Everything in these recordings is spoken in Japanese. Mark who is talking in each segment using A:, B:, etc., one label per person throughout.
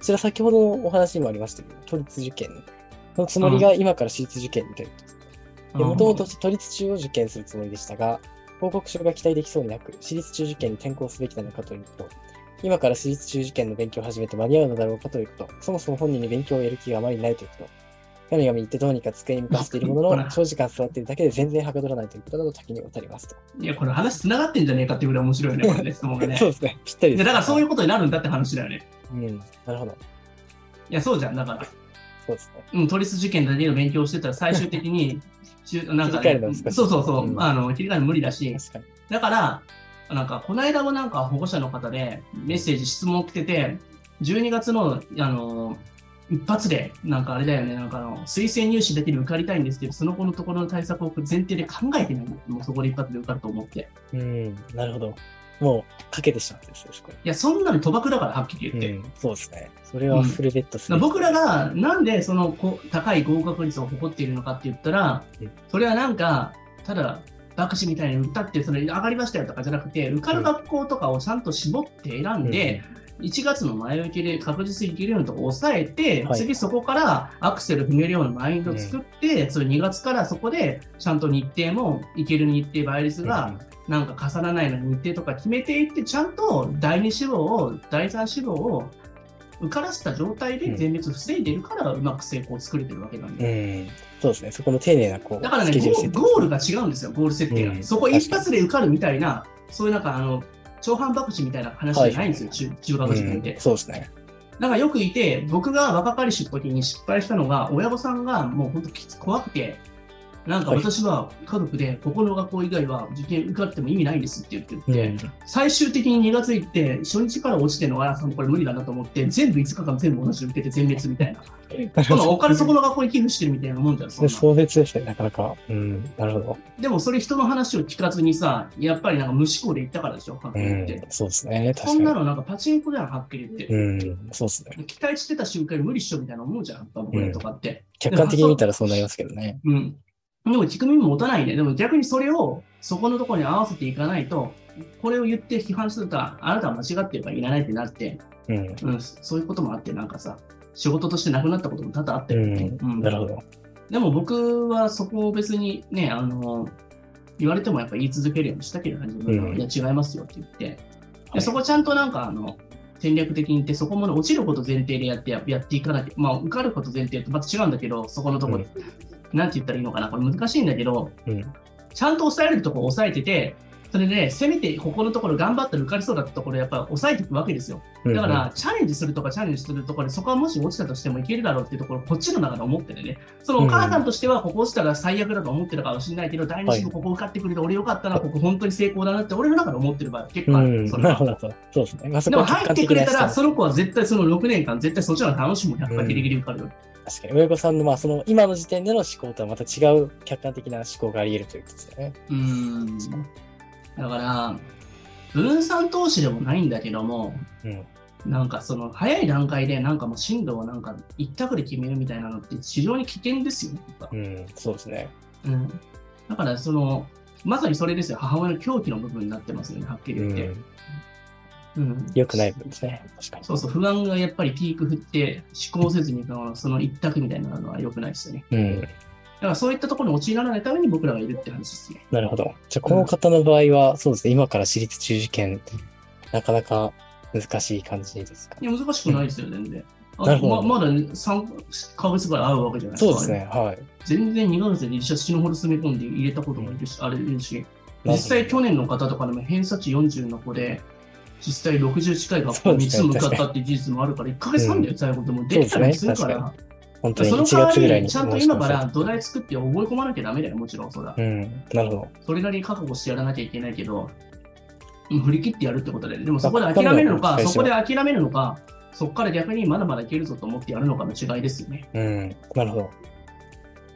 A: ちら先ほどのお話にもありましたけど、都立受験のつもりが今から私立受験みたいなことです。で、もともと都立中を受験するつもりでしたが、報告書が期待できそうになく、私立中受験に転校すべきなのかということ、今から私立中受験の勉強を始めて間に合うのだろうかということ、そもそも本人に勉強をやる気があまりないということ、神々言ってどうにか机に向かっているものの、 長時間座っているだけで全然はかどらないということなど多岐にわたりますと。
B: いや、これ話つながってんじゃねえかっていうぐらい面白いよ ね、これね、質問がね。
A: そうですね、ぴったり
B: い
A: で
B: や
A: す。、
B: だからそういううことになるんだって話だよね。
A: うん、なるほど、
B: いや、そうじゃん。だから、
A: そうですね。
B: うん、都立受験だけの勉強をしてたら最終的に、しゅなんか、
A: 切り替えるのは難しい
B: そうそうそう、
A: うん
B: あの、切り替えるの無理だし、
A: 確かに。
B: だから、なんか、この間もなんか保護者の方でメッセージ、質問来てて、12月の、あの、一発で、なんかあれだよね、なんかあの、推薦入試だけで受かりたいんですけど、その子のところの対策を前提で考えてないんだよもうそこで一発で受かると思って。
A: うん、なるほど。もう、かけてしまってるんですね、そこに
B: いや、そんなの賭博だから、はっきり
A: う
B: 言って。
A: ん、そうですね。それはフルベッドす
B: だから
A: る。
B: 僕らがなんでそのこ高い合格率を誇っているのかって言ったら
A: うん、
B: それはなんか、ただ、博士みたいに歌って、それ上がりましたよとかじゃなくて、受かる学校とかをちゃんと絞って選んで、1月の前受けで確実にいけるようなとこ抑えて、
A: はい
B: 次そこからアクセル踏めるようなマインドを作って、それ2月からそこでちゃんと日程もいける日程倍率
A: うん、
B: がなんか重ならないのに日程とか決めていって、ちゃんと第2志望を、第3志望を受からせた状態で
A: うん
B: 全滅を防いでるから、うまく成功を作れてるわけなん
A: う
B: で。
A: ん、そうですね。そこの丁寧な、こう、
B: だから
A: ス
B: ね
A: ケジュール
B: ゴ
A: 設定。
B: ー、ゴールが違うんですよ、ゴール設定が。
A: うん
B: そこ一発で受かるみたいな、そういうなんかあの、長反博士みたいな話じゃないんですよ、中中学受験って
A: うん。そうですね。
B: なんかよくいて、僕が若かりし時に失敗したのが、親御さんがもう本当きつ怖くて、なんか
A: はい
B: 私は家族で、ここの学校以外は受験受かっても意味ないんですって言って
A: う
B: て、
A: ん
B: 最終的に2月行って、初日から落ちてるのが、これ無理だなと思って、全部5日間全部同じ受けて全滅みたいな。そのお金そこの学校に寄付してるみたいなもんじゃん。そんな
A: そう ですですね、なかなか。うん、なるほど。
B: でもそれ人の話を聞かずにさ、やっぱりなんか無思考で行ったからでしょ、学
A: う
B: 校
A: ん
B: って。、
A: そうですね、確
B: そ
A: か
B: ん
A: に
B: な。のなんかパチンコじゃん、はっきり言って。
A: うん、そうですね。
B: 期待してた瞬間に無理っしょみたいな思うじゃん、僕らとかって。
A: 客観的に見たらそうなりますけどね。
B: うん。でも聞く耳も持たないね。でも逆にそれをそこのところに合わせていかないと、これを言って批判すると、あなたは間違ってるからいらないってなって、
A: うん。
B: うん、そそういうこともあって、なんかさ、仕事としてなくなったことも多々あって、
A: う
B: うん
A: ん、なるほど。
B: でも僕はそこを別にね、あの、言われてもやっぱ言い続けるようにしたけどね、自分は
A: うん
B: いや違いますよって言って、
A: は
B: で
A: い
B: そこちゃんとなんかあの、戦略的に言って、そこもね、落ちること前提でやってややっていかなきゃ、まあ、受かること前提とまた違うんだけど、そこのところ、なんて言ったらいいのかな、これ難しいんだけど、
A: うん、
B: ちゃんと抑えれるところを抑えてて、それで、せめてここのところ頑張ったら受かりそうだったところをやっぱり抑えていくわけですよ。だから、チャレンジするとかチャレンジするとかで、そこはもし落ちたとしてもいけるだろうっていうところ、こっちの中で思ってるね。そのお母さんとしては、ここ落ちたら最悪だと思ってるかもしれないけど、第2志望ここ受かってくれて、俺よかったな、ここ本当に成功だなって、俺の中で思ってる場合、結
A: うん、
B: 構あ
A: う
B: る。
A: ん、
B: それ
A: なるほ
B: は
A: ど。なるほどそうですね。 まあ、そ
B: で
A: こ
B: も
A: は
B: 入
A: 客
B: っ
A: 観
B: てく
A: 的
B: れ
A: な
B: たら、
A: 視
B: その子は絶対その6年間、絶対そっちの方が楽しむ、100
A: うん
B: ギリギリ受かるよ。
A: 確かに、親御さんの、まあ、その、今の時点での思考とはまた違う客観的な思考があり得るということですよね。
B: うーん。だから、分散投資でもないんだけども、
A: うん。
B: なんかその早い段階でなんかもう進路をなんか一択で決めるみたいなのって非常に危険ですよね。やっぱ
A: うん、そうですね。
B: うん、だからその、まさにそれですよ、母親の狂気の部分になってますよね、はっきり
A: う
B: 言って。
A: ん。
B: うん
A: 良くない部分ですね。確かに。
B: そうそう、不安がやっぱりピーク振って、思考せずにその一択みたいなのは良くないですよね。
A: うん。
B: だからそういったところに陥らないために僕らがいるって話ですね。
A: なるほど。じゃあ、この方の場合は、そうですね、今から私立中受験、なかなか難しい感じですか。
B: いや、難しくないですよ、全然。あ
A: なるほど
B: ままだ3ヶ月ぐらい会うわけじゃない
A: そうです。ね、はい。
B: 全然2ヶ月で実写死ぬほど詰め込んで入れたこともいるし、あれいるし、
A: なるほ
B: 実
A: ど
B: 際去年の方とかでも偏差値40の子で、実際60近い学校
A: そう
B: 3
A: です
B: つ
A: ね
B: も受かったっていう事実もあるから、1ヶ月半だよ、最後でもできたりするか
A: そう
B: ら、
A: 本当に
B: その
A: 1
B: 代
A: 月ぐ
B: わ
A: らい
B: り
A: に
B: にちゃんと
A: 申し込
B: 今
A: ま
B: か
A: せ
B: ら土台作って覚え込まなきゃダメだよ、もちろんそうだ
A: う。ん、なるほど。
B: それなりに覚悟してやらなきゃいけないけど、うん振り切ってやるってことだよね。でもそこで諦める
A: ま
B: の
A: あ
B: か、
A: 最
B: そ
A: 初
B: こ
A: は
B: で諦めるのか、そこから逆にまだまだいけるぞと思ってやるのかの違いですよね。
A: うん、なるほど。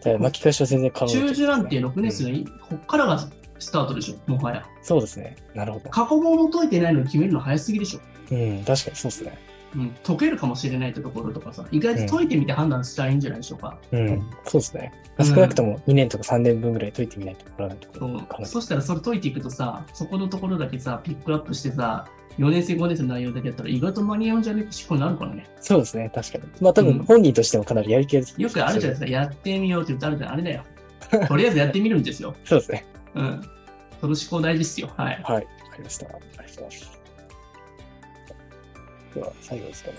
A: じゃあ巻き返しは全然可能
B: 中受なんて6年生の、こっからがスタートでしょ、もはや。
A: そうですね。なるほど。
B: 過去問も解いてないのに決めるの早すぎでしょ。
A: うん、確かにそうですね。
B: うん、解けるかもしれないってところとかさ、意外と解いてみて判断したらいいんじゃないでしょうか。
A: うん、そうですね。
B: うん
A: 少なくとも2年とか3年分ぐらい解いてみないとわからないところ
B: そ
A: が
B: う
A: かなり
B: そしたらそれ解いていくとさ、そこのところだけさ、ピックアップしてさ、 4年生、5年生の内容だけやったら意外と間に合うんじゃねって思考になるからね。
A: そうですね、確かに。まあ多
B: うん
A: 分本人としてもかなりやりきれる、
B: よくあるじゃないですか、やってみようって言ってあるじゃん、あれだよ。とりあえずやってみるんですよ。
A: そうですね。
B: うん。その思考大事ですよ。はい。
A: はい、わかりました。ありがとうございます。では、最後ですかね。